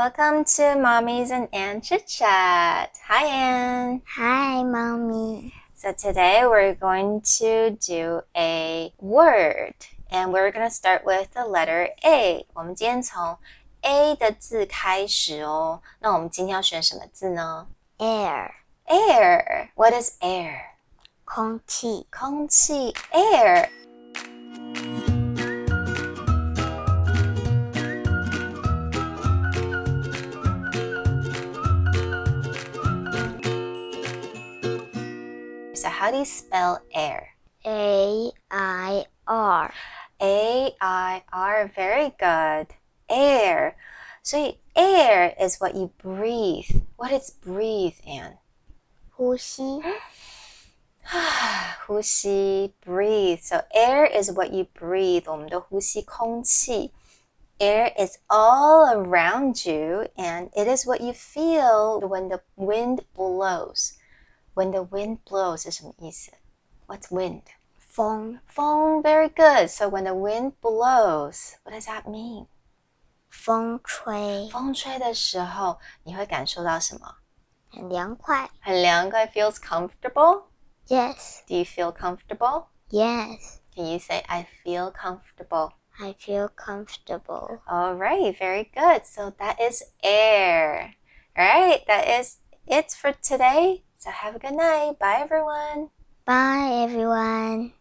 Welcome to Mommy's and Ann Chit Chat. Hi, Ann. Hi, mommy. So today we're going to do a word, and we're going to start with the letter A. 我们今天从 A 的字开始哦。那我们今天要选什么字呢 Air, ？Air. What is air? 空气。空气 air。So how do you spell air? A I R. A I R. Very good. Air. 所以 air is what you breathe. What is breathe in? 呼吸。 呼吸 breathe. So air is what you breathe. 我们的呼吸空气. Air is all around you and it is what you feel when the wind blows. When the wind blows 是什么意思? What's wind? 风。风 very good. So when the wind blows, what does that mean? 风吹。风吹的时候，你会感受到什么？很凉快很凉快。 feels comfortable. Yes. Do you feel comfortable? Yes. Can you say I feel comfortable? I feel comfortable. All right, very good. So that is air. All right, that is it for today. So have a good night. Bye, everyone. Bye, everyone.